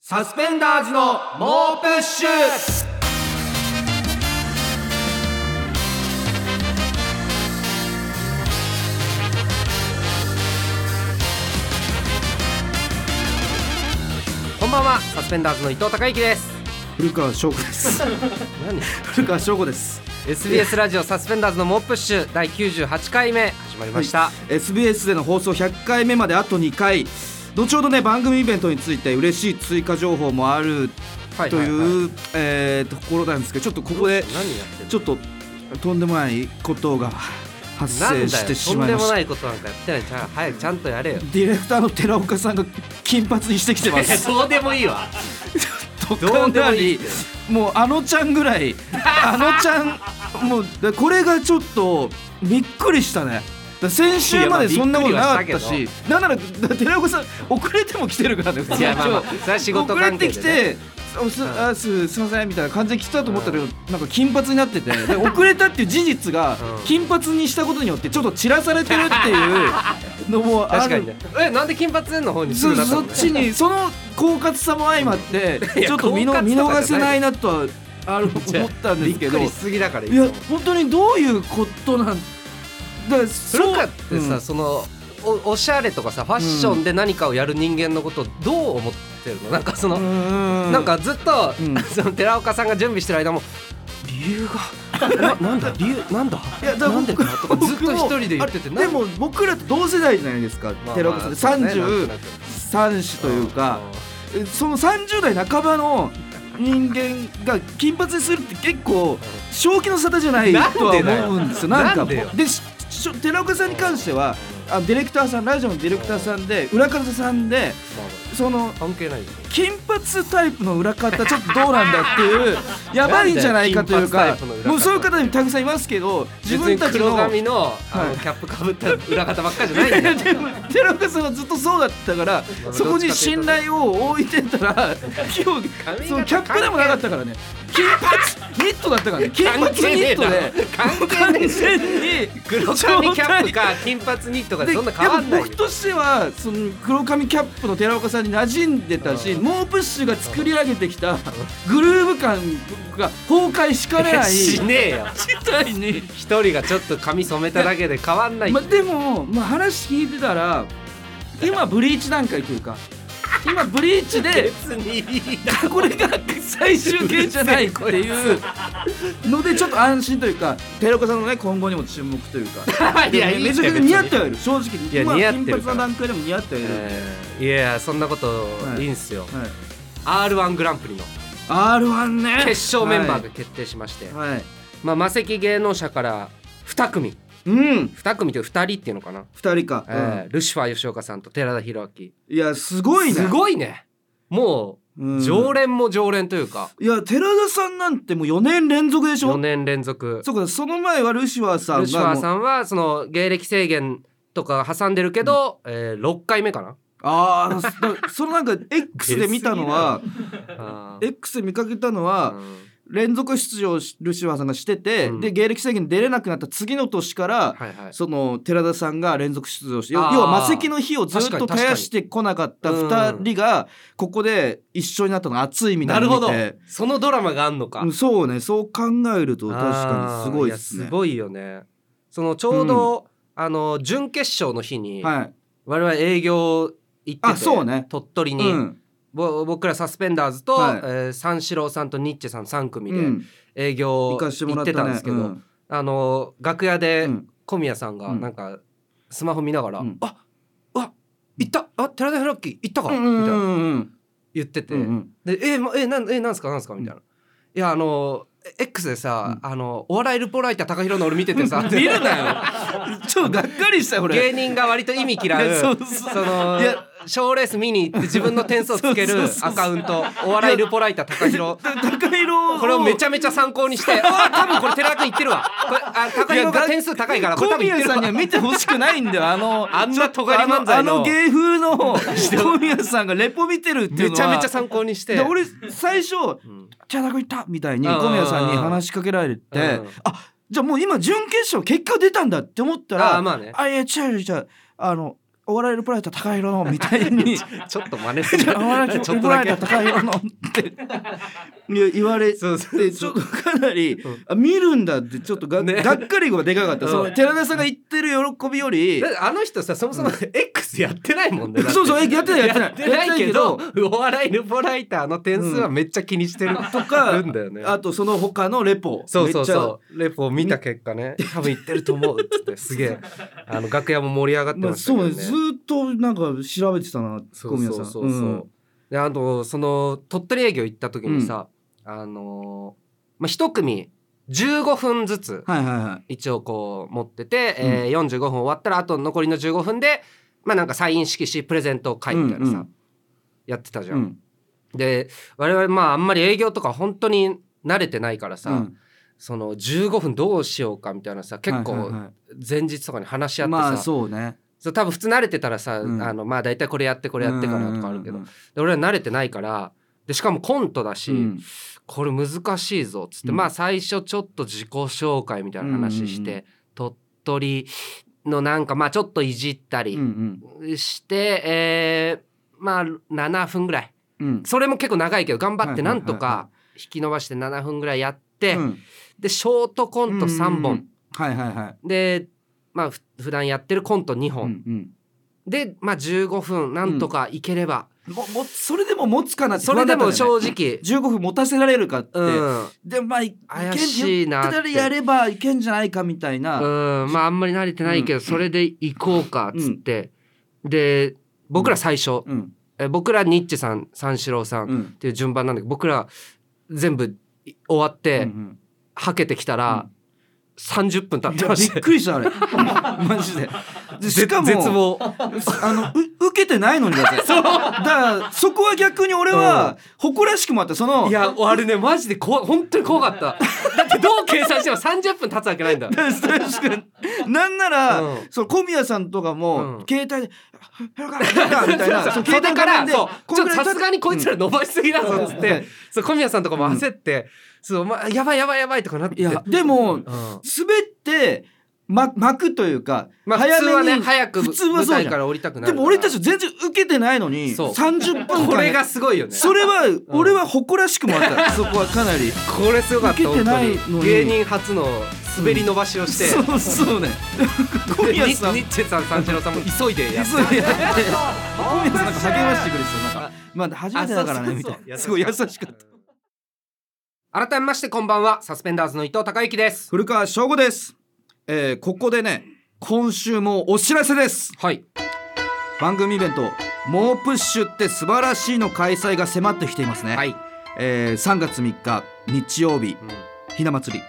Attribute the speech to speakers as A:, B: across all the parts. A: サスペンダーズの猛プッシュこんばんはサスペンダーズの伊藤孝之です
B: 古川翔子 です。
A: 何
B: 古川翔子です。
A: SBS ラジオサスペンダーズの猛プッシュ第98回目始まりました、
B: SBS での放送100回目まであと2回。後ほどね番組イベントについて嬉しい追加情報もある
A: はい
B: と、
A: はいいうはい
B: えーところなんですけどちょっとここで
A: 何やってんの
B: ちょっととんでもないことが発
A: な
B: 生
A: んだよ
B: してし
A: とん
B: まい
A: で
B: ま
A: も
B: した
A: ないことなんかやってないじゃあ早くちゃんとやれよ
B: ディレクターの寺岡さんが金髪にしてきてます
A: どうでもいいわ
B: と
A: ど
B: か
A: うで
B: な
A: もいい
B: り
A: けど
B: もうあのちゃんぐらいあのちゃんもうだこれがちょっとびっくりしたねだ先週までそんなことなかった
A: い
B: しなんならだ寺岡さん遅れても来てるからね普通に
A: いやまあまあそれは仕事関係でね
B: 遅れてきておす
A: うん
B: あすすいませんみたいな感じで来たと思ったけど、なんか金髪になっててで遅れたっていう事実が
A: うん
B: 金髪にしたことによってちょっと散らされてるっていうのもある
A: 確かにねえなんで金髪の方にす
B: そ
A: る
B: うん
A: だった
B: そ
A: の
B: っちにその狡猾さも相まって
A: いや
B: ちょっと見の
A: 狡猾
B: 見
A: とか
B: 逃
A: じゃ
B: せ
A: な
B: ないいなとはある思ったんですけど
A: びっくり
B: い
A: しすぎだからい
B: や
A: や
B: 本当にどういうことなんだそ
A: 古川ってさ、
B: うん
A: そのおおしゃれとかさファッションで何かをやる人間のことをどう思ってるのなんかその、
B: な
A: なんかずっと、
B: うん
A: その寺岡さんが準備してる間も理由がななんだ理由なんだ
B: いやだ
A: なんで
B: 僕
A: かとかずっと
B: 僕
A: 一
B: も
A: 人で言ってて
B: あれで
A: なん
B: も僕らと同世代じゃないですか
A: まあまあ
B: 寺岡さんって
A: そうねなんと
B: 33
A: なく
B: 歳というかえその30代半ばの人間が金髪にするって結構正気の沙汰じゃないとは思うんですよな
A: な
B: んん
A: でだよ
B: か
A: なん
B: でししょ寺岡さんに関してはあディレクターさんラジオのディレクターさんで裏方さんで
A: まあ
B: その
A: 関係ないよ
B: 金髪タイプの裏方ちょっとどうなんだって いうやばいんじゃないかという
A: なんだよ金髪タイ
B: か
A: プの裏方
B: もうそういう方にたくさんいますけど自分たち
A: 別に黒
B: の
A: 髪のあ
B: は
A: の
B: い
A: キャップかぶった裏方ばっかじゃないんだ
B: いや
A: よ
B: でも寺岡さんはずっとそうだったから
A: あ
B: そこに信頼を置いてたら 今日
A: 型
B: そのキャップでもなかったからね金髪ニットだったからね金髪
A: 関係
B: ニ
A: ね
B: ッ
A: えだ
B: ト
A: ろ
B: で
A: 関係ねえ
B: 全に
A: 黒髪キャップか金髪ニットか
B: で
A: そんな変わんな
B: や
A: い
B: っぱ僕としてはその黒髪キャップの寺岡さんに馴染んでたし
A: うん
B: 猛プッシュが作り上げてきたグルーヴ感が崩壊しかねない
A: し
B: 事
A: ねえよ
B: 態に。
A: 一人がちょっと髪染めただけで変わんない
B: まあ、でも、まあ、話聞いてたら今ブリーチ段階というか今ブリーチ で
A: 別にいいな
B: これが最終形じゃないっていうのでちょっと安心というか寺岡さんのね今後にも注目というか
A: いやいい
B: め
A: ん
B: ち
A: だ
B: ゃ
A: よ
B: くちゃ似合ってはいる正直
A: いや
B: 今
A: 似合ってる
B: 金髪
A: から
B: の段階でも似合ってはいる、
A: えーいやそんなこといいんすよ、r 1グランプリの
B: はい、r 1ね
A: 決勝メンバーが決定しまして、
B: はい、はい
A: まあ魔石芸能者から2組
B: うん
A: 2組という2人っていうのかな、
B: 二人か、
A: えールシファー吉岡さんと寺田裕明
B: うんいやすごいね
A: すごいね
B: う
A: もうん常連も常連というか、
B: いや寺田さんなんてもう4年連続でし
A: 4
B: ょ
A: 年連続
B: そうかその前はルシファーさんがもう
A: ルシファーさんはその芸歴制限とか挟んでるけど、えー、6回目かな
B: ああ、そそのなんか X で見たの は、
A: あー
B: X で見かけたの
A: う
B: は、
A: ん
B: 連続出場しルシファーさんがしてて、
A: うん
B: で、芸歴制限出れなくなった次の年から、
A: はいはい
B: その寺田さんが連続出場して要
A: あー
B: 要は魔石の火をずっ
A: 確か
B: と
A: に確か
B: 絶
A: に
B: やしてこなかった2人がここで一緒になったのが熱いみた
A: ないる
B: な
A: ほ
B: の
A: ど
B: 見て
A: そのドラマがあんのか、
B: うんそうねそう考えると確かにすごいです
A: あーや
B: ね
A: すごいよねそのちょうど、あの準決勝の日に、
B: はい、
A: 我々営業行ってて
B: あそうね
A: 鳥取
B: う
A: に、
B: ん
A: ぼ僕らサスペンダーズと、
B: はい
A: えー三四郎さんとニッチェさん3組
B: う
A: で
B: ん、
A: 営業
B: 行かしても
A: 行
B: らっ
A: っ
B: てた
A: たん
B: ね
A: ですけど、
B: うん
A: あの楽屋で
B: うん
A: 小宮さんが
B: うん
A: なんかスマホ見ながら「
B: うん
A: ああ行ったあ寺田裕樹行ったか」
B: う
A: み
B: んう
A: たいなん
B: うん
A: 言ってて
B: うんうん
A: 「でえまえなんえなんすかなんすか?」みたいな「いやあの X でさ、あのお笑いルポライター高弘の俺見ててさ」
B: 見るなよちょっとがっかりしたよ俺
A: 芸人が割と意味嫌
B: いうや
A: そ
B: そうそう
A: の
B: いや
A: 賞ーレース見に行って自分の点数をつける
B: そうそうそうそう
A: アカウントお笑いルポライター高弘
B: 高色
A: これをめち
B: ゃ
A: ゃめちゃ参考にして「あ多分これ寺田君いってるわこれあ高弘が点数高いからこれ多
B: 小
A: 分いっ
B: 宮
A: てる
B: さん
A: わ
B: には見てほしくないんだよあ の
A: あんな尖り漫才の
B: あの芸風の小宮さんがレポ見てるってい
A: め
B: うの
A: ちゃ
B: は
A: めちゃ参考にして
B: で俺最初
A: うん
B: 「じゃあ高行った」みたいに
A: うん
B: 小宮さんに話しかけられて
A: うん
B: あじゃあもう今準決勝結果出たんだって思ったら
A: あまあね
B: あいや違う違う違うあのおお笑いルポライター高弘のみたい に
A: ちょっと真似する
B: お笑いルポライター高弘のっていや言われてち
A: そ
B: ょ
A: うそうそ
B: っとかなり
A: うん
B: あ見るんだってちょっとが,、
A: ね
B: がっかりがでかかった、
A: うん
B: その寺田さんが言ってる喜びより
A: だってあの人さそもそも X やってないもんねだって
B: そうそうえやってないやってない
A: やってないけどお笑いルポライターの点数はめっちゃ気にしてる
B: とか
A: るんだよね
B: あとその他のレポ
A: そうそ
B: め
A: う
B: っちゃ
A: そうレポを見た結果ね多分言ってると思うっつってすげ えあの楽屋も盛り上がって
B: ま
A: ま
B: あ、
A: したけ
B: そ
A: ど
B: う
A: ね
B: ねずーっとなんか調べてたな小
A: そう
B: 宮
A: そ
B: さ
A: うんそうそう、
B: ん
A: であとその鳥取営業行った時にさ、あのーまあ、一組15分ずつ
B: はいはいはい
A: 一応こう持ってて、えー45分終わったらあと残りの15分でまあなんかサイン色紙プレゼントを書いてみたいなさ、
B: うんうん
A: やってたじゃ。
B: うんん
A: で我々まああんまり営業とか本当に慣れてないからさ、
B: うん
A: その15分どうしようかみたいなさ結
B: はいはい
A: 構
B: はい
A: 前日とかに話し合ってさ、
B: まあそうね
A: そう多分普通慣れてたらさ、
B: うん
A: あのまあ大体これやってこれやってからとかあるけど、
B: うん
A: で俺は慣れてないからでしかもコントだし、
B: うん
A: これ難しいぞっつって、
B: うん
A: まあ最初ちょっと自己紹介みたいな話して、
B: うんうん
A: 鳥取のなんかまあちょっといじった
B: う
A: り
B: ん
A: して、えーまあ7分ぐらい
B: うんうん
A: それも結構長いけど頑張っ
B: は
A: て
B: い
A: な
B: はいはいはい
A: んとか引き伸ばして7分ぐらいやって、
B: うん
A: でショートコント3
B: うん
A: 本、
B: はいはいはい
A: でまあふ普段やってるコント2本、
B: うん
A: でまあ15分なんとかいければ、
B: うんももそれでも持つかなって
A: それで
B: 不
A: も
B: 安だ
A: 正
B: ったよね
A: 直、
B: 15分持たせられるかって
A: うん、
B: でまあい
A: 怪しいなっ
B: いけんゆ
A: て
B: ったりやればいけんじゃないかみたいな
A: うんまああんまり慣れてないけど、それで行こうかっつって、で僕ら最初、
B: うん
A: え僕らニッチさん三四郎さんっ
B: うん
A: ていう順番なんだけど僕ら全部い終わって、
B: うん
A: はけてきたら、30分経っ
B: い
A: て
B: や
A: ま
B: びっ
A: して
B: くりしたあれ マジででしかも
A: 絶望
B: あのう受けてないのにだ ぜだからそこは逆に俺は誇らしくもあったその
A: いやあれねマジでこわ本当に怖かっただってどう計算しても30分経つわけない んだ
B: 確かになんなら、
A: うん
B: その小宮さんとかも、
A: うん
B: 携帯で「ヘロカヘロカ」みたいな
A: そう
B: 携
A: 袖
B: 帯
A: から
B: で
A: そう
B: こ
A: ち
B: ん
A: ょっ
B: ぐ
A: と
B: らい経
A: さ
B: つ
A: すがにこいつら伸ばしすぎだぞっつっ
B: う
A: て
B: ん
A: そう小宮さんとかも焦ってそうまやばいやばいやばいとかなって
B: いやでも
A: うん
B: 滑って、ま、巻くというか、
A: まあ普通はね早く
B: 普通は
A: 舞
B: そう
A: 台
B: じ
A: か
B: ゃん
A: ら降りたくな
B: で
A: る
B: も俺た
A: ち
B: ち全然受けてないのに
A: そう
B: 30分間
A: これがすごいよね
B: それは俺は誇らしくもあった、 そこはかなり。
A: これすごかった
B: 受けてないのに
A: 本当に芸人初の滑り伸ばしをして、
B: そうそうね小
A: でニ
B: 宮
A: ニ
B: さん
A: ッチェさん三四郎さんも急いでやっ
B: そういやいやいや小宮さんなんか励ましてくれてたなんかまだ初めてだから
A: あそう
B: ねみ
A: そうそ
B: た
A: う
B: いなすごい優しかった
A: た改めましてこんばんはサスペンダーズの伊藤孝之です
B: 古川翔吾です、えーここでね今週もお知らせです
A: はい
B: 番組イベント「猛プッシュって素晴らしい」の開催が迫ってきていますね、
A: はい、
B: えー3月3日日曜日
A: うん、
B: ひな祭り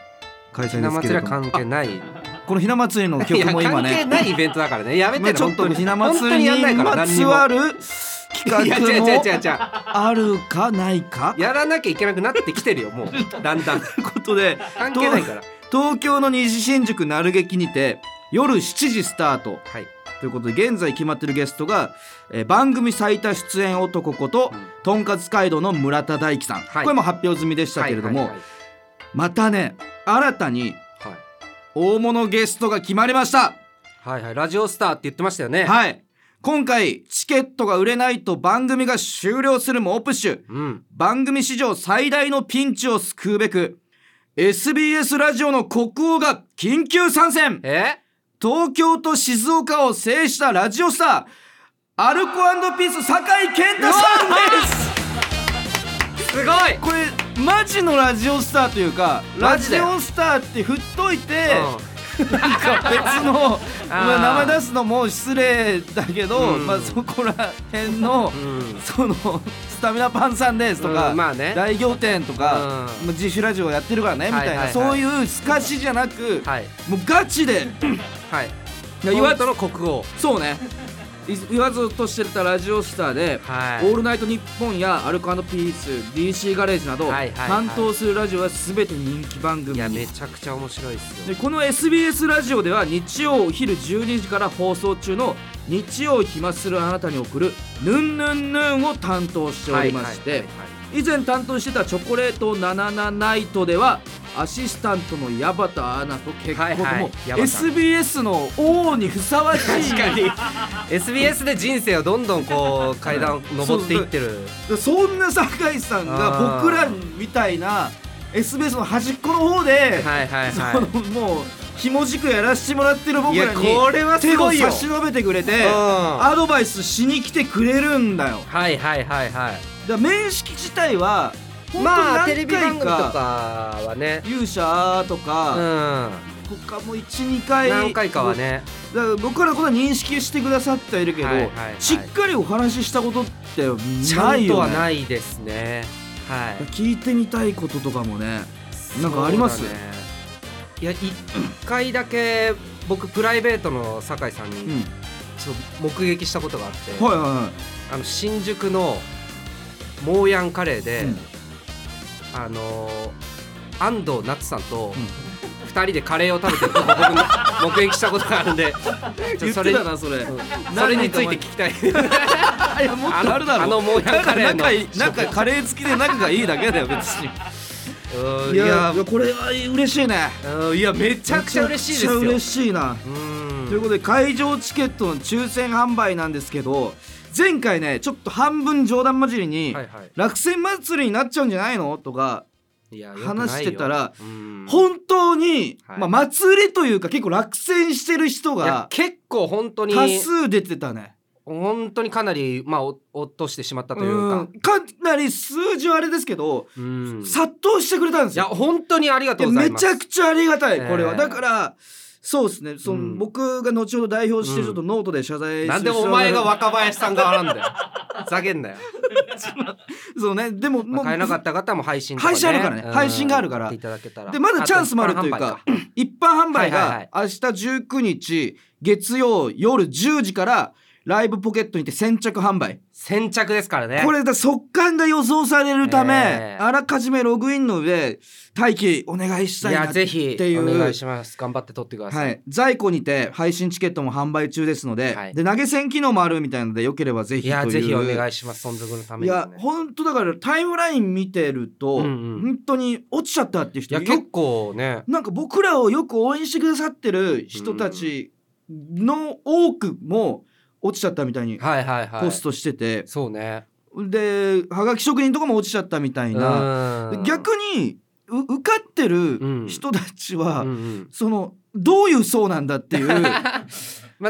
B: 開
A: ひ
B: 催
A: な
B: ですけ
A: 祭り
B: れ
A: は
B: ども
A: 関係ないい
B: このひな祭りの曲
A: や
B: も今
A: 関係
B: ね
A: ないイベントだからねやめて
B: まあ
A: ね
B: ちょっ
A: 本当
B: と
A: に
B: ひな祭
A: 本当に
B: り
A: やんない
B: に
A: から
B: ま
A: 何
B: つ
A: にも
B: わる
A: い
B: 企
A: や
B: 画
A: 違う違う違う違
B: も
A: う
B: あるかないか
A: やらなきゃいけなくなってきてるよもうだんだん
B: ということで
A: 関係ないから
B: 東京の西新宿なる劇にて夜7時スタート
A: はい、
B: ということで現在決まってるゲストが、えー番組最多出演男こと、
A: うん
B: とんかつ街道の村田大樹さん、
A: はい
B: これも発表済みでしたけれども、
A: はいはい
B: またね新たに
A: はい
B: 大物ゲストが決まりました
A: はいはいはいラジオスターって言ってましたよ ね
B: はい今回チケットが売れないと番組が終了する猛プッシュ
A: うん
B: 番組史上最大のピンチを救うべく SBS ラジオの国王が緊急参戦
A: え
B: 東京と静岡を制したラジオスターアルコピース酒井健太さんです
A: すごい
B: これマジのラジオスターというかラ
A: マジ
B: ジ
A: だよ
B: オスターって振っといて、
A: う
B: なんか別のまあ
A: あ
B: 名
A: ー
B: 前出すのも失礼だけど、
A: うん
B: まあ、そこら辺の、
A: んうん
B: そのスタミナパンさんですとか、
A: うんまあね
B: 大行店とか、
A: うん
B: まあ自主ラジオやってるからねみたいな、
A: はいはいはい
B: そういう透かしじゃなく、
A: はい
B: もうガチで
A: はい
B: いや岩
A: 本の国王
B: そうねい言わずとしてたラジオスターで、
A: はい
B: オールナイトニッポンやアルコピース DC ガレージなど、
A: はいはいはい
B: 担当するラジオは全て人気番組
A: いや
B: に
A: めちゃくちゃ面白いです
B: で
A: よ
B: この SBS ラジオでは日曜お昼12時から放送中の「日曜暇するあなたに送るヌンヌンヌン」を担当しておりまして
A: はいはいはいはい
B: 以前担当してた「チョコレート77ナイト」ではアシスタントの矢端アナと結婚、
A: はいはい
B: もう
A: 矢端
B: SBS の王にふさわしい
A: 確かに SBS で人生をどんどんこう階段を登っていってる
B: そんな酒井さんが
A: あー
B: 僕らみたいな SBS の端っこの方で、
A: はいはい
B: その
A: は
B: もうひもじくやらしてもらってる
A: いい
B: 僕ら
A: や
B: に
A: これは
B: 手
A: す
B: を
A: ごい
B: 差
A: よ
B: し伸べてくれて
A: うん
B: アドバイスしに来てくれるんだよ
A: はいはいはいはい
B: だから面識自体は本当に
A: まあテレ
B: 何
A: ビ番組
B: 回
A: と
B: か
A: かはね
B: 勇者と
A: うん
B: か、他も12回
A: 何回かはね
B: だから僕らのことは認識してくださってはいるけど、
A: はいはいはい
B: しっかりお話ししたことって
A: ち
B: な
A: ゃん
B: い
A: と
B: よ
A: は
B: ね
A: ないですねはい
B: 聞いてみたいこととかもねなんかあります
A: そうだねいや1回だけ僕プライベートの酒井さん
B: うん
A: にちょっと目撃したことがあって、
B: はいは
A: あの新宿のモーヤンカレー
B: いは
A: で、
B: い、うん
A: あのー安藤夏さんと
B: う
A: 2人でカレーを食べてるとこ 僕目撃したことがあるんで
B: ん、
A: ちょ
B: 言っ
A: そ
B: て
A: れ
B: たなそれ
A: それについて聞きたい
B: あいやもっとあるだろ
A: あのあのモーヤンカレーの
B: 仲いい仲カレー好きで仲がいいだけだよ別 に
A: うん
B: い
A: いや
B: やいやこれは嬉しいね
A: うんいやめちゃくちゃ嬉しいですよ
B: めちゃくちゃ嬉しいな
A: うん
B: ということで会場チケットの抽選販売なんですけど前回ねちょっと半分冗談交じりに、
A: はいは
B: 落選祭りになっちゃうんじゃないのとか
A: いいやよくないよ
B: 話してたら
A: うん
B: 本当に、
A: はい
B: まあ、祭りというか結構落選してる人
A: いや
B: が
A: 結構本当に
B: 多数出てたね
A: 本当にかなり、まあ、お落としてしまったというか
B: ん、かなり数字はあれですけど、
A: うんい
B: 殺到してくれたんです
A: や
B: よ
A: 本当にありがとうござ
B: め
A: います
B: ちゃくちゃありがたいこれは、
A: えー
B: だからそうですねその、
A: うん
B: 僕が後ほど代表して
A: うん
B: ちょっとノートで謝罪する
A: なんで
B: 必要が
A: お
B: あ
A: 前
B: る
A: が若林さん側なんだよふざけんなよ
B: そうねでももう
A: 買えなかった方も配信とか、
B: 配信あるからね配信があるから
A: 見ていただけたら
B: でまだチャンスもあるというか
A: あと一般販売
B: 一般販売
A: はい
B: が明日19日月曜夜10時からライブポケットにて先着販売
A: 先着ですからね
B: これだ速乾が予想されるため
A: えー
B: あらかじめログインの上待機お願いしたい
A: い
B: な
A: や
B: って
A: ぜひ
B: いう
A: お願いします頑張って撮ってください、
B: はい、在庫にて配信チケットも販売中ですので,、
A: はい
B: で投げ銭機能もあるみたいのでよければぜひ
A: いや
B: と
A: ぜひお願
B: い
A: いします存続のた
B: い
A: めにも
B: や
A: ね、
B: 本当だからタイムライン見てると、
A: うんうん
B: 本当に落ちちゃったっていう
A: い
B: 人
A: や
B: よ
A: 結構ね
B: なんか僕らをよく応援してくださってる人たちの多くも落ちちゃったみたいに
A: はいはいはい
B: ポストしてて、
A: そうね
B: ではがき職人とかも落ちちゃったみたいな、
A: うん
B: 逆にう受かってる人たちは、
A: うんうん
B: そのどういう層なんだ っていう
A: まあ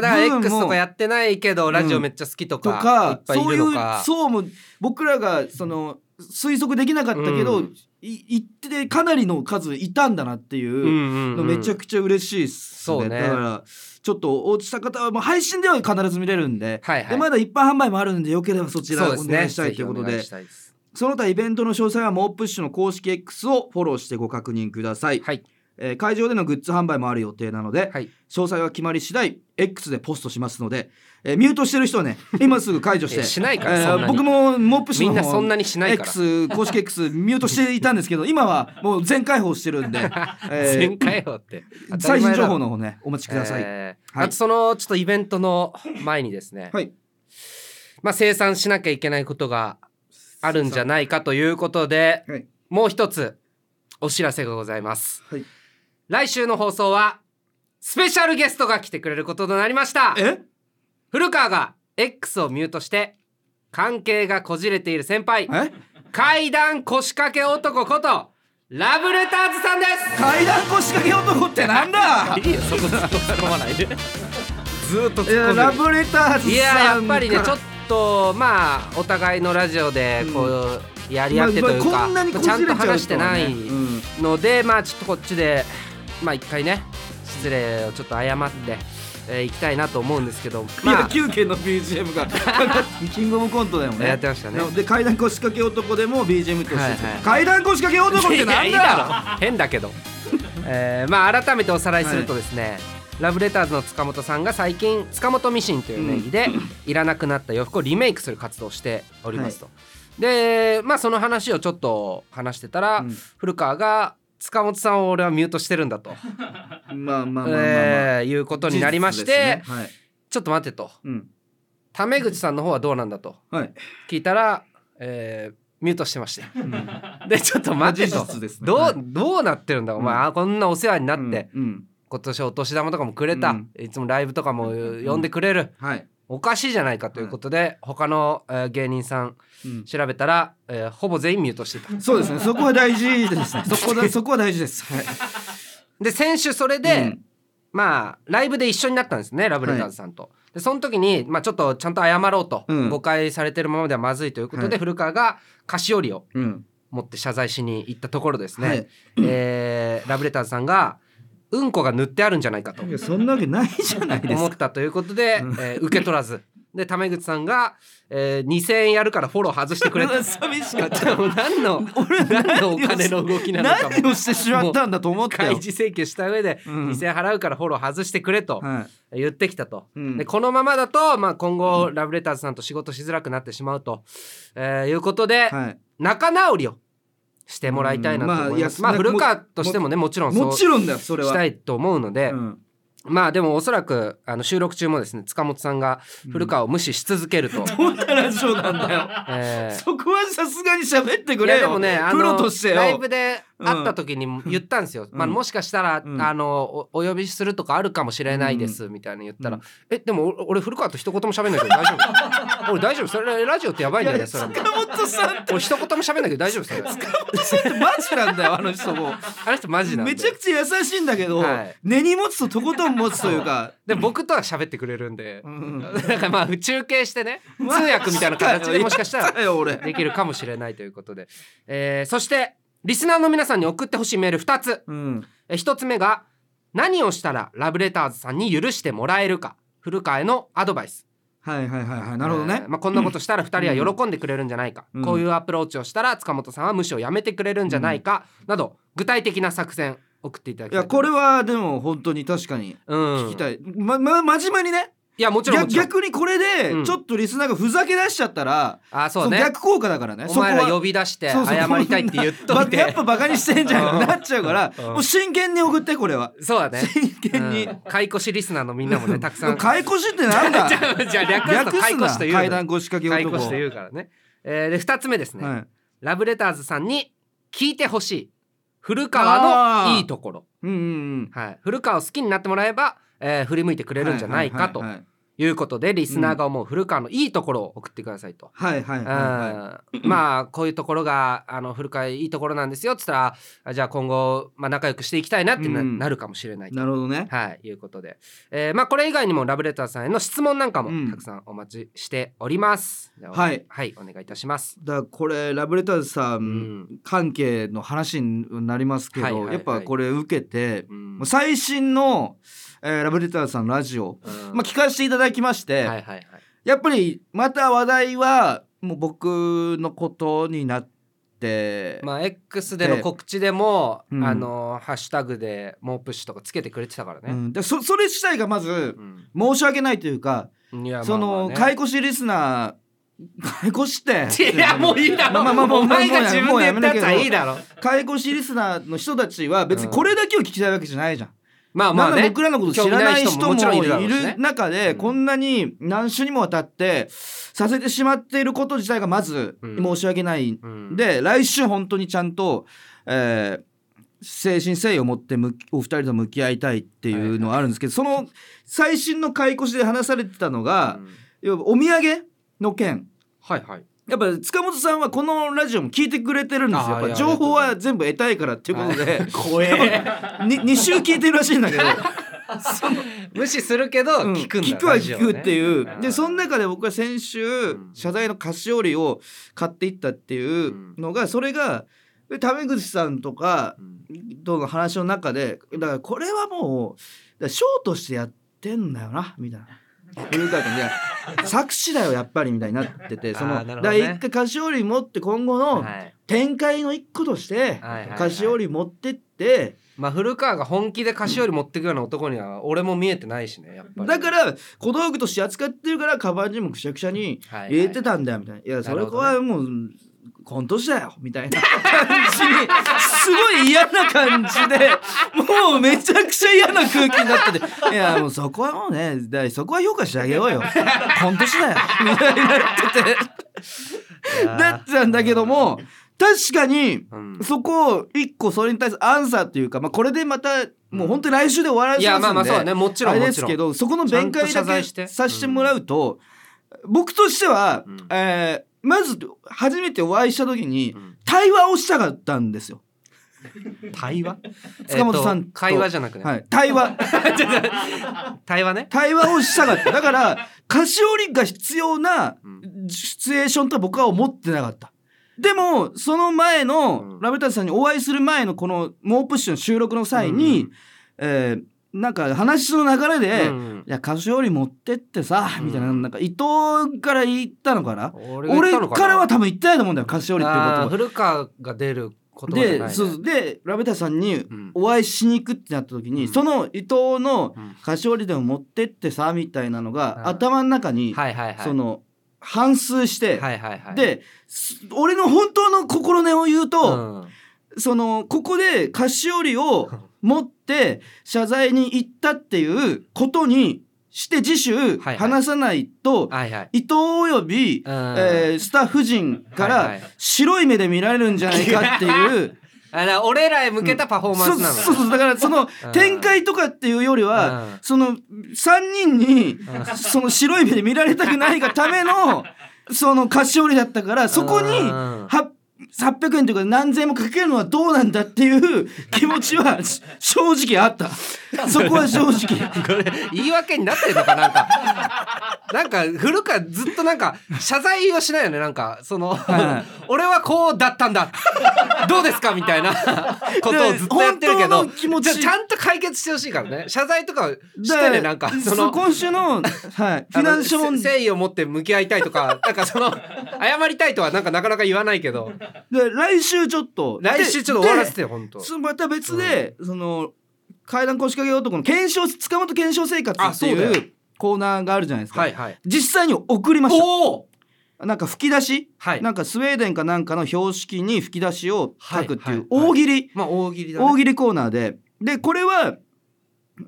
A: だから
B: 部分も
A: X とかやってないけどラジオめっちゃ好きと
B: と
A: か,、いっ
B: か
A: ぱいい
B: そうい
A: るの
B: う
A: か
B: 層も僕らがその推測できなかったけど、
A: うん
B: いっててかなりの数いたんだなっていう。
A: うんうんうん
B: めちゃくちゃ嬉しいっすね
A: そうね
B: だからちょっと落ちた方はもう配信では必ず見れるんで,、
A: はいはい
B: でまだ一般販売もあるんでよければそちら
A: そ
B: お
A: うですね
B: 願いしたいということで
A: ぜ
B: そ
A: ひお願いしたいす
B: の他イベントの詳細はモープッシュの公式 X をフォローしてご確認ください、
A: はい
B: えー会場でのグッズ販売もある予定なので、
A: はい
B: 詳細は決まり次第 X でポストしますので、えーミュートしてる人は ね今すぐ解除して
A: えしないからそんなに
B: 僕もモープッシ
A: み
B: ュ
A: ん
B: の
A: な
B: 方
A: そんなにしないから
B: X 公式 X ミュートしていたんですけど今はもう全開放してるんで、 えー
A: 全開放って
B: 最新情報
A: の
B: の方ねお待ちください、
A: えー
B: はい
A: あとそのちょっとイベントの前にですね、
B: はい
A: まあ、生産しなきゃいけないことがあるんじゃないかということで、
B: はい
A: もう一つお知らせがございます、
B: はい
A: 来週の放送はスペシャルゲストが来てくれることとなりました
B: え
A: 古川が X をミュートして関係がこじれている先輩
B: え
A: 階段腰掛け男ことラブレターズさんです
B: 階段腰掛け男ってなん だ
A: いいよそこずっと突っ込まないで ずーっと突っ
B: いや
A: 込
B: ラ
A: んで
B: ブレターズさんから
A: るいややっぱりねちょっとまあお互いのラジオでこう、やり合ってというか、
B: まあこんなにこじ
A: ちゃ
B: れ
A: ん
B: ちゃ
A: と
B: うとはね
A: 話してない
B: うん
A: ので、まあちょっとこっちでまあ一回ね失礼をちょっと謝って。えー、行きたいなと思うんですけど、まあ、
B: 野球拳の BGM がキングオブコントでもね
A: やってましたね
B: で階段腰掛け男でも BGM として、
A: はいはい
B: 階段腰掛け男ってなんだ
A: いやいいだろ変だ けど、えーまあ改めておさらいするとですね、ラブレターズの塚本さんが最近塚本ミシンという名義で、いらなくなった洋服をリメイクする活動をしておりますと、でまあその話をちょっと話してたら、
B: うん
A: 古川が塚本さんを俺はミュートしてるんだと、
B: まあまあまあまあまあ、
A: えーいうことになりまして、
B: 事実ですねはい
A: ちょっと待ってと
B: うん
A: タメ口さんの方はどうなんだと
B: はい
A: 聞いたら、えーミュートしてまして
B: うん
A: でちょっ と待てと
B: 事実ですね
A: ど
B: は
A: う
B: い
A: どうなってるんだお前、
B: うん
A: あこんなお世話になって、
B: うんうん
A: 今年お年玉とかもくれた、
B: うん
A: いつもライブとかも呼んでくれる、
B: はい、
A: おかしいじゃないかということで、他の、えー芸人さん
B: うん
A: 調べたら、えーほぼ全員ミュートしてた
B: そうですねそこは大事ですねそこ だそこは大事ですはい
A: で先週それで、まあライブで一緒になったんですねラブレターズさんと。でその時に、まあ、ちょっとちゃんと謝ろうと、
B: うん
A: 誤解されてるままではまずいということで、
B: はい
A: 古川が菓子折りを
B: うん、うん
A: 持って謝罪しに行ったところですね、
B: はい
A: えーラブレターズさんがうんこが塗ってあるんじゃないかと
B: いやそんなわけないじゃないです
A: 思
B: か
A: ったということで、
B: うん
A: えー受け取らずでタメ口さんが、えー2,000円やるからフォロー外してくれた
B: 寂しかった
A: 何の
B: 俺
A: 何のお金の動きなのか
B: 何
A: も
B: をしてしまったんだと思った
A: 開
B: よ、
A: 示請求した上で
B: うん
A: 2,000円払うからフォロー外してくれと
B: はい
A: 言ってきたと。
B: うん
A: でこのままだと、まあ、今後ラブレターズさんと仕事しづらくなってしまうと、えーいうことで、
B: はい、
A: 仲直りをしてもらいたいなと思います、
B: うん
A: ま
B: ま
A: あ
B: あいや
A: 古川としてもねもちろんそう
B: もちろんだよそれは
A: したいと思うので、
B: うん
A: まあでもおそらくあの収録中もですね塚本さんが古川を無視し続ける と、
B: どんなラジオなんだよ
A: えー
B: そこはさすがに喋ってく
A: い
B: れよ
A: やでもねあ
B: プロ
A: の
B: としてよ
A: ライブで会った時にも言ったんですよ、
B: うん
A: まあ、もしかしたら、
B: うん
A: あのおお呼びするとかあるかもしれないですみたいな言ったら「
B: うん
A: えでもお俺古川と一言も喋んないけど大丈 夫俺大丈夫それラジオってやばいんだよねそれ
B: 塚本さんって
A: 俺一言も喋んないけど大丈夫それ
B: マジなんだよあの人も
A: あの人マジなんで
B: めちゃくちゃ優しいんだけど、
A: はい
B: 根に持つととことん持つというか、
A: で僕とは喋ってくれるんで、
B: うん
A: だからまあ中継してね通訳みたいな形でもしかしたら
B: だよ俺、
A: できるかもしれないということで、えーそしてリスナーの皆さんに送ってほしいメール2つ
B: うん、
A: え1つ目が何をしたらラブレターズさんに許してもらえるか古川へのアドバイス
B: はいはいはいはいなるほどね
A: えー、まあ、こんなことしたら2人は喜んでくれるんじゃないか、
B: うん
A: こういうアプローチをしたら塚本さんは無視をやめてくれるんじゃないか、など具体的な作戦送っていただき
B: い
A: たい
B: やこれ
A: は、
B: はでも本当に確かに
A: うん、
B: 聞きたい、まま真面目にね
A: いやもちろんも
B: 逆
A: ちろん
B: 逆にこれ
A: う
B: で
A: ん
B: ちょっとリスナーがふざけ出しちゃったら、
A: あそう
B: その
A: ね
B: 逆効果だからね
A: お
B: そこ
A: 前ら呼
B: は
A: び出して
B: そうそう
A: 謝りたいって言っと
B: ば
A: い
B: やってぱバカにしてんじゃん
A: う
B: か
A: ん
B: なっちゃうから
A: うん
B: もう真剣に送ってこれは
A: そうだね
B: 真剣に
A: うん買い越しリスナーのみんなもねたくさん
B: 買い越しってなんだ
A: じゃあ じゃあ略すと
B: 略
A: 買い
B: す
A: 越
B: な
A: しという
B: 階段腰掛け
A: 買い
B: 男
A: 越しというからね、えーで2つ目ですね、
B: はい
A: ラブレターズさんに聞いてほしい古川のいいところ、
B: うんうん
A: はい、古川を好きになってもらえば、えー振り向いてく
B: う
A: れるんじゃないかと
B: はい
A: いうことでリスナーが思う古川のいいところを送ってくださいと。
B: はいは
A: う
B: い
A: ん
B: は
A: まあこういうところがあの古川いいところなんですよっつったらあじゃあ今後、まあ、仲良くしていきたいなってな,、
B: うん
A: るかもしれない
B: いなるほどね
A: はい、いうことで、えーまあ、これ以外にもラブレターさんへの質問なんか
B: う
A: も
B: ん
A: たくさんお待ちしております。で
B: はい
A: はい、お願いいたします。
B: だからこれラブレターズさ
A: うんん、
B: 関係の話になりますけ
A: はいはい
B: ど
A: はい
B: やっぱこれ受けて
A: うん
B: もう最新のえーラブレターズさんのラジオ
A: うん
B: まあ聞かせていただきまし
A: はい
B: て
A: はいはい。
B: やっぱりまた話題はもう僕のことになって
A: まあ X での告知でも、
B: うん
A: あのハッシュタグでモープッシュとかつけてくれてたから
B: う
A: ね。
B: んでそそれ自体がまず
A: うん
B: 申し訳ないというか
A: いや
B: そ
A: まあまあ
B: の
A: ね
B: 買い越しリスナー買い越しって
A: いやもういいだろ、
B: まあまあまあ
A: お前が自分
B: もう
A: で
B: や
A: 言
B: め
A: っ
B: る
A: た
B: け
A: やつ
B: ど
A: はいいだろ
B: 買い越しリスナーの人たちは別にこれだけを聞きたいわけじゃないじゃん、
A: まあま
B: まだ
A: あね
B: 僕らのこと知らない人も
A: 興味ない人ももちろんい
B: い
A: るだろうしね
B: る中
A: う
B: で
A: ん
B: こんなに何週にもわたってさせてしまっていること自体がまず
A: うん
B: 申し訳ない、
A: うん
B: で来週本当にちゃんと、えー誠心誠意を持って向きお二人と向き合いたいっていうのはあるんですけど、その最新の買い越しで話されてたのが
A: う、ん
B: 要はお土産の件
A: はいはい
B: やっぱ塚本さんはこのラジオも聞いてくれてるんですよ
A: あー
B: やっ
A: いや
B: ぱ情報は全部得たいからっていうことで
A: 怖え
B: に2週聞いてるらしいんだけど
A: 無視するけど
B: うん
A: 聞くんだ、
B: 聞くは聞くって
A: う
B: いう、
A: ラジオね
B: でその中で僕は先週
A: ん
B: 謝罪の菓子折りを買っていったっていうのがそれがでタメ口さんとかとの話の中でだからこれはもうだからショーとしてやってんだよなみたいな。古川 君いや作詞だよやっぱりみたいになっててそ
A: あ
B: の、
A: ーなる
B: だか
A: ほど
B: ら
A: ね
B: 一回菓子折り持って今後の
A: はい
B: 展開の一個として
A: はいはいはい
B: 菓子折り持ってって
A: まあ古川が本気で菓子折り持ってくような男には俺も見えてないしねやっぱり
B: だから小道具として扱ってるからカバンにもくしゃくしゃに
A: はい
B: 入れてたんだよみたいな「いや
A: な
B: そ
A: る
B: れ
A: ほどね
B: はもうコント師だよ」みたいな 感じにすごい嫌な感じで もうめちゃくちゃ嫌な空気になってて「いやもうそこはもうねだそこは評価してあげようよ コント師だよ」みたいになってて。
A: いやー
B: だったんだけども確かに
A: うん
B: そこを一個それに対するアンサーというか、まあ、これでまたもう本当に来週で終わらせ
A: い
B: ま
A: や
B: すんで、
A: まあまあそうだねもちろ
B: あ
A: ん
B: れ
A: も
B: で
A: ち
B: す
A: ろ
B: け
A: ん
B: どそこの弁解
A: ちゃんと
B: だ
A: 謝罪して
B: けさせてもらうと、僕としては、
A: うん
B: えーまず初めてお会いした時に
A: うん
B: 対話をしたかったんですよ。
A: 対話
B: 塚本さんと
A: えっと会話じゃなくね
B: はい、対 話
A: 対話ね
B: 対話をしたかっただから菓子折りが必要な
A: うん
B: シチュエーションとは僕は思ってなかった。でもその前の、
A: うん
B: ラブレターズさんにお会いする前のこの「猛プッシュ」の収録の際に、
A: うん
B: えーなんか話の流れで「
A: うん
B: いや菓子折り持ってってさ」みたいな
A: うん
B: なんか伊藤から言ったのかな、
A: 俺が言っ
B: 俺
A: たのかな
B: からは多分言ってないと思うんだよ菓子折りっていうこと
A: あー
B: は。
A: 古川が出る言葉じゃない
B: で
A: ね
B: そうでラベタさんに
A: うん
B: お会いしに行くってなった時に、
A: うん
B: その伊藤の
A: うん
B: 菓子折りでも持ってってさみたいなのが、
A: うん
B: 頭の中に、
A: はいはいはい
B: その反数して、
A: はいはいはい
B: です俺の本当の心根を言う
A: う
B: と、
A: ん
B: そのここで菓子折りを持って謝罪に行ったっていうことにして次週
A: はいはい
B: 話さないと、
A: はいは
B: 伊
A: い
B: 藤および、
A: うん
B: えースタッフ陣から、
A: はいはい
B: 白い目で見られるんじゃないかっていう。
A: あら俺らへ向けたパフォーマンスなのね
B: そうそうそうだからその
A: うん
B: 展開とかっていうよりは、
A: うん
B: その3人にその白い目で見られたくないがためのその菓子折りだったからそこに
A: うん
B: は800円というか何千円もかけるのはどうなんだって いう気持ちはし正直あったそこは正直
A: これ言い訳になってるのかなんかなんか古川ずっとなんか謝罪をしないよねなんかその
B: はい
A: 俺はこうだったんだどうですかみたいなことをずっとやってるけど
B: 本当の気持ち
A: じゃあちゃんと解決してほしいからね謝罪とかしてねなんか
B: で
A: その
B: 今週 の、はい、フィナンシャル
A: あの
B: 問
A: せ
B: 題
A: 誠意を持って向き合いたいとかなんかその謝りたいとはなんかなかなか言わないけど
B: で来週ちょっと
A: 来週ちょっと終わらせてよ本当
B: そまた別で、その階段腰掛け男の検証塚本検証生活
A: あ
B: って
A: そうだよ
B: いうコーナーがあるじゃないですか、
A: はいはい
B: 実際に送りまし
A: おお
B: たなんか吹き出し、
A: はい
B: なんかスウェーデンかなんかの標識に吹き出しを書くっていう
A: はいはいはい
B: 大喜利、
A: まあ大喜利だね
B: 大喜利コーナーででこれは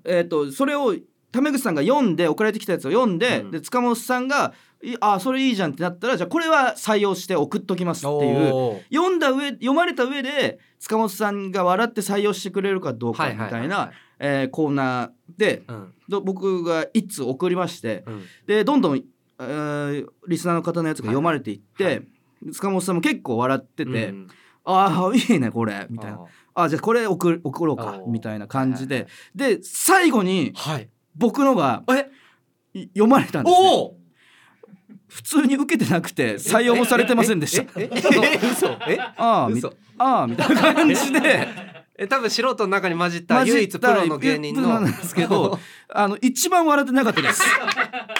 B: えっ、とそれをタメ口さんが読んで送られてきたやつを読んで,、
A: うん
B: で塚本さんが「いあそれいいじゃん」ってなったらじゃあこれは採用して送っときますっていう
A: おー
B: 読んだ上読まれた上で塚本さんが笑って採用してくれるかどうか
A: は
B: み
A: いはい
B: た
A: はいい
B: なえーコーナーで
A: うん
B: ど僕が一通送りまして
A: うん
B: でどんどん、えーリスナーの方のやつが読まれていって、
A: はいは
B: 塚本さんも結構笑ってて「
A: うん
B: ああいいねこれ」みたいな「ああじゃあこれ送る送ろうか」
A: おー
B: みたいな感じで、で最後に
A: はい
B: 僕のが
A: え
B: い読まれたんです、ね、
A: おお
B: 普通に受けてなくて採用もされてませんでした。
A: ええええ嘘え
B: ああみ
A: 嘘
B: ああみたいな感じで。
A: え多分素人の中に混じった
B: 混じった
A: 唯一プロの芸人
B: プロな
A: の
B: んですけどあの一番笑ってなかったです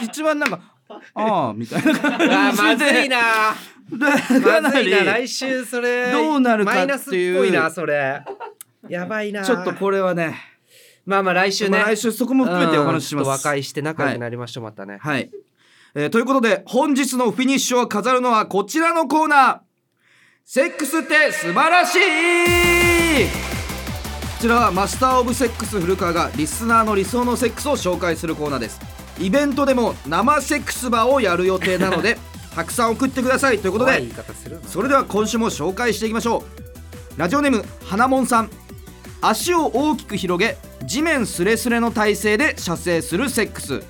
B: 一番なんかああみたいな
A: あ ーま
B: 感じ
A: ずい
B: で
A: な
B: でか
A: ま
B: な
A: ずいな
B: り
A: 来週それ
B: どうなる
A: マ
B: か
A: イナ
B: っ
A: スって
B: いう
A: ぽいなそれやばいな
B: ちょっとこれはね
A: まあまあ来週ね
B: まあ来週そこも含めてお話ししま
A: うんちょっ
B: す
A: と和解して仲良くなりましょう、またね
B: はい、えーということで本日のフィニッシュを飾るのはこちらのコーナーセックスって素晴らしいこちらはマスター・オブ・セックス古川がリスナーの理想のセックスを紹介するコーナーですイベントでも生セックスバーをやる予定なの でたくさん送ってくださいということ
A: 怖い
B: で
A: 言い方するな
B: それでは今週も紹介していきましょうラジオネーム花もんさん足を大きく広げ地面すれすれの体勢で射精するセックス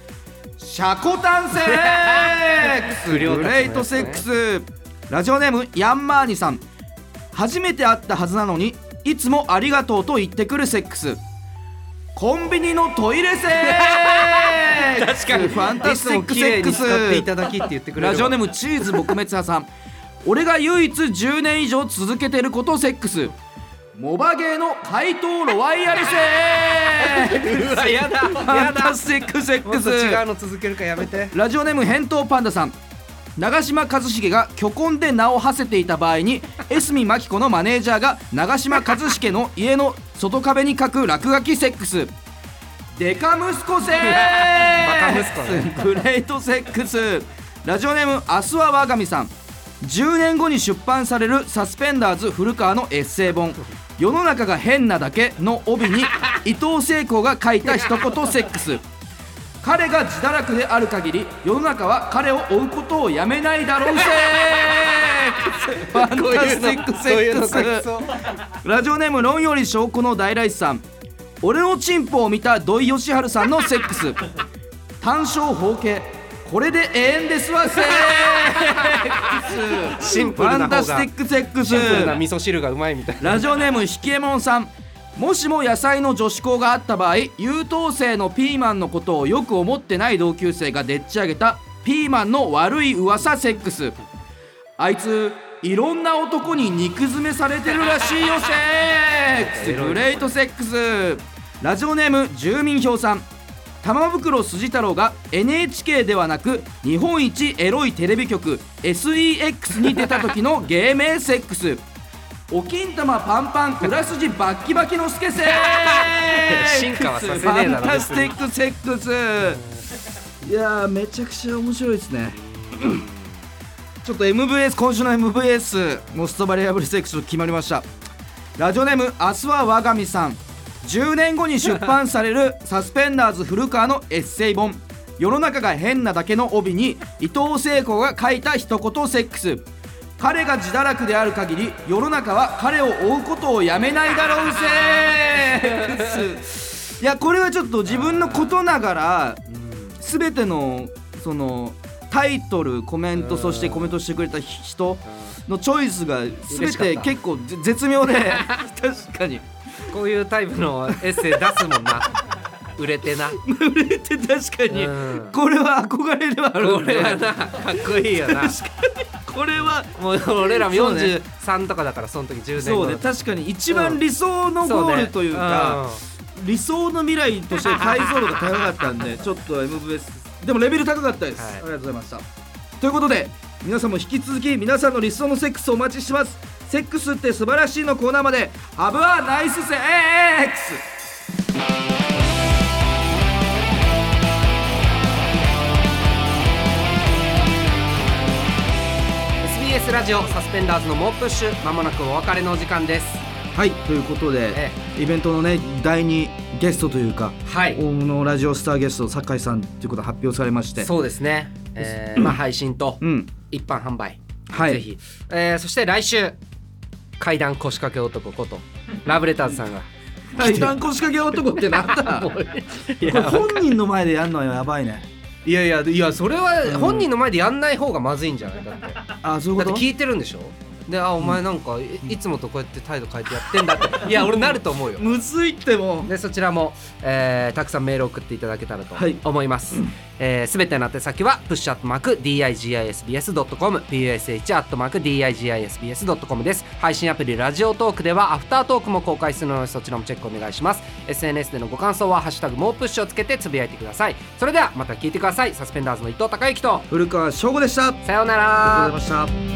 B: シャコタンセック ス
A: 不良たち
B: グ
A: のやつね
B: レートセックスラジオネームヤンマーニさん初めて会ったはずなのにいつもありがとうと言ってくるセックスコンビニのトイレセックス
A: 確かに
B: ファンタスティックセック
A: いつも綺麗に使ってい
B: ス
A: ただきって言ってくれるわ
B: ラジオネームチーズ撲滅派さん俺が唯一10年以上続けてることセックスモバゲーの怪盗ロワイヤルセックス
A: うわやだ
B: ファ
A: や
B: ンタ
A: だ
B: スティックセッ
A: も
B: ク
A: っ
B: ス
A: と違うの続けるからやめて
B: ラジオネーム返答パンダさん長嶋一茂が虚婚で名を馳せていた場合に江角真紀子のマネージャーが長嶋一茂の家の外壁に書く落書きセックスデカ息子セ
A: バカ
B: ッ
A: 息子ね
B: クスグレートセックスラジオネーム明日は我が身さん10年後に出版されるサスペンダーズ古川のエッセイ 本「世の中が変なだけ」の帯に伊藤聖子が書いた一言セックス彼が自堕落である限り世の中は彼を追うことをやめないだろうセック
A: ファン
B: こういうのこういうの書きラジオネーム論より証拠の大来さん俺のチンポを見た土井善晴さんのセック ス単勝包茎これで永遠ですわセックス
A: シンプルな方が
B: ファンタスティックセックス
A: シンプルな味噌汁がうまいみたいな
B: ラジオネームひきえもんさんもしも野菜の女子校があった場合優等生のピーマンのことをよく思ってない同級生がでっち上げたピーマンの悪い噂セックスあいついろんな男に肉詰めされてるらしいよセックスグレートセックスラジオネーム住民票さん玉袋筋太郎が NHK ではなく日本一エロいテレビ局 SEX に出た時の芸名セックスお金玉パンパン裏筋バッキバキのスケセックス
A: 進化はさせねえだろ別に
B: ファンタスティックセックスいやーめちゃくちゃ面白いですねちょっと MVS 今週の MVS モストバリアブルセックス決まりましたラジオネーム明日は我が身さん10年後に出版される サスペンダーズ古川のエッセイ本世の中が変なだけの帯に伊藤聖子が書いた一言セックス彼が自堕落である限り世の中は彼を追うことをやめないだろうセックスいやこれはちょっと自分のことながら全てのそのタイトルコメントそしてコメントしてくれた人のチョイスが全
A: 嬉しかってた
B: 結構ぜ絶妙で 確かに
A: こういうタイプのエッセイ出すもんな売れてな
B: 売れて確かに
A: うん
B: これは憧れではある
A: こ
B: んで
A: れはなかっこいいよな
B: これは
A: もう俺らも
B: そうね
A: 43とかだからその時10年
B: そ
A: 後
B: うね確かに一番理想の
A: そう
B: ゴ
A: ね
B: ールというか理想の未来として解像度が高かったん でちょっと MVS でもレベル高かったです、
A: はい
B: ありがとうございましたということで皆さんも引き続き皆さんの理想のセックスをお待ちしてますセックスって素晴らしいのコーナーまでハブはナイスセックス
A: うん SBS ラジオサスペンダーズの猛プッシュまもなくお別れのお時間です
B: はいということで、
A: え
B: イベントのね第2ゲストというか
A: はい
B: 大物ラジオスターゲスト酒井さんということが発表されまして
A: そうですね、えーまあ配信と
B: うん
A: 一般販売、
B: はい
A: ぜひ、えーそして来週怪談腰掛け男ことラブレターズさんが
B: 対談腰掛け男ってなんだ これ本人の前でやるのはやばいね
A: いやいやいやそれは本人の前でやんない方がまずいんじゃないだって
B: あそういう
A: だ
B: こ
A: っ
B: と
A: て聞いてるんでしょであお前なんかいいつもとこうやって態度変えてやってんだっていや俺なると思うよ
B: むずいっても
A: でそちらも、えーたくさんメール送っていただけたらと
B: はい
A: 思います、えーすべ、ての宛先はプッシュアットマーク digisbs.com push アットマーク digisbs.com です配信アプリラジオトークではアフタートークも公開するのでそちらもチェックお願いします SNS でのご感想は「ハッシュタグもうプッシュ」をつけてつぶやいてくださいそれではまた聞いてくださいサスペンダーズの伊藤孝之と
B: 古川翔吾でしたあり
A: さような
B: が
A: ら
B: とうございました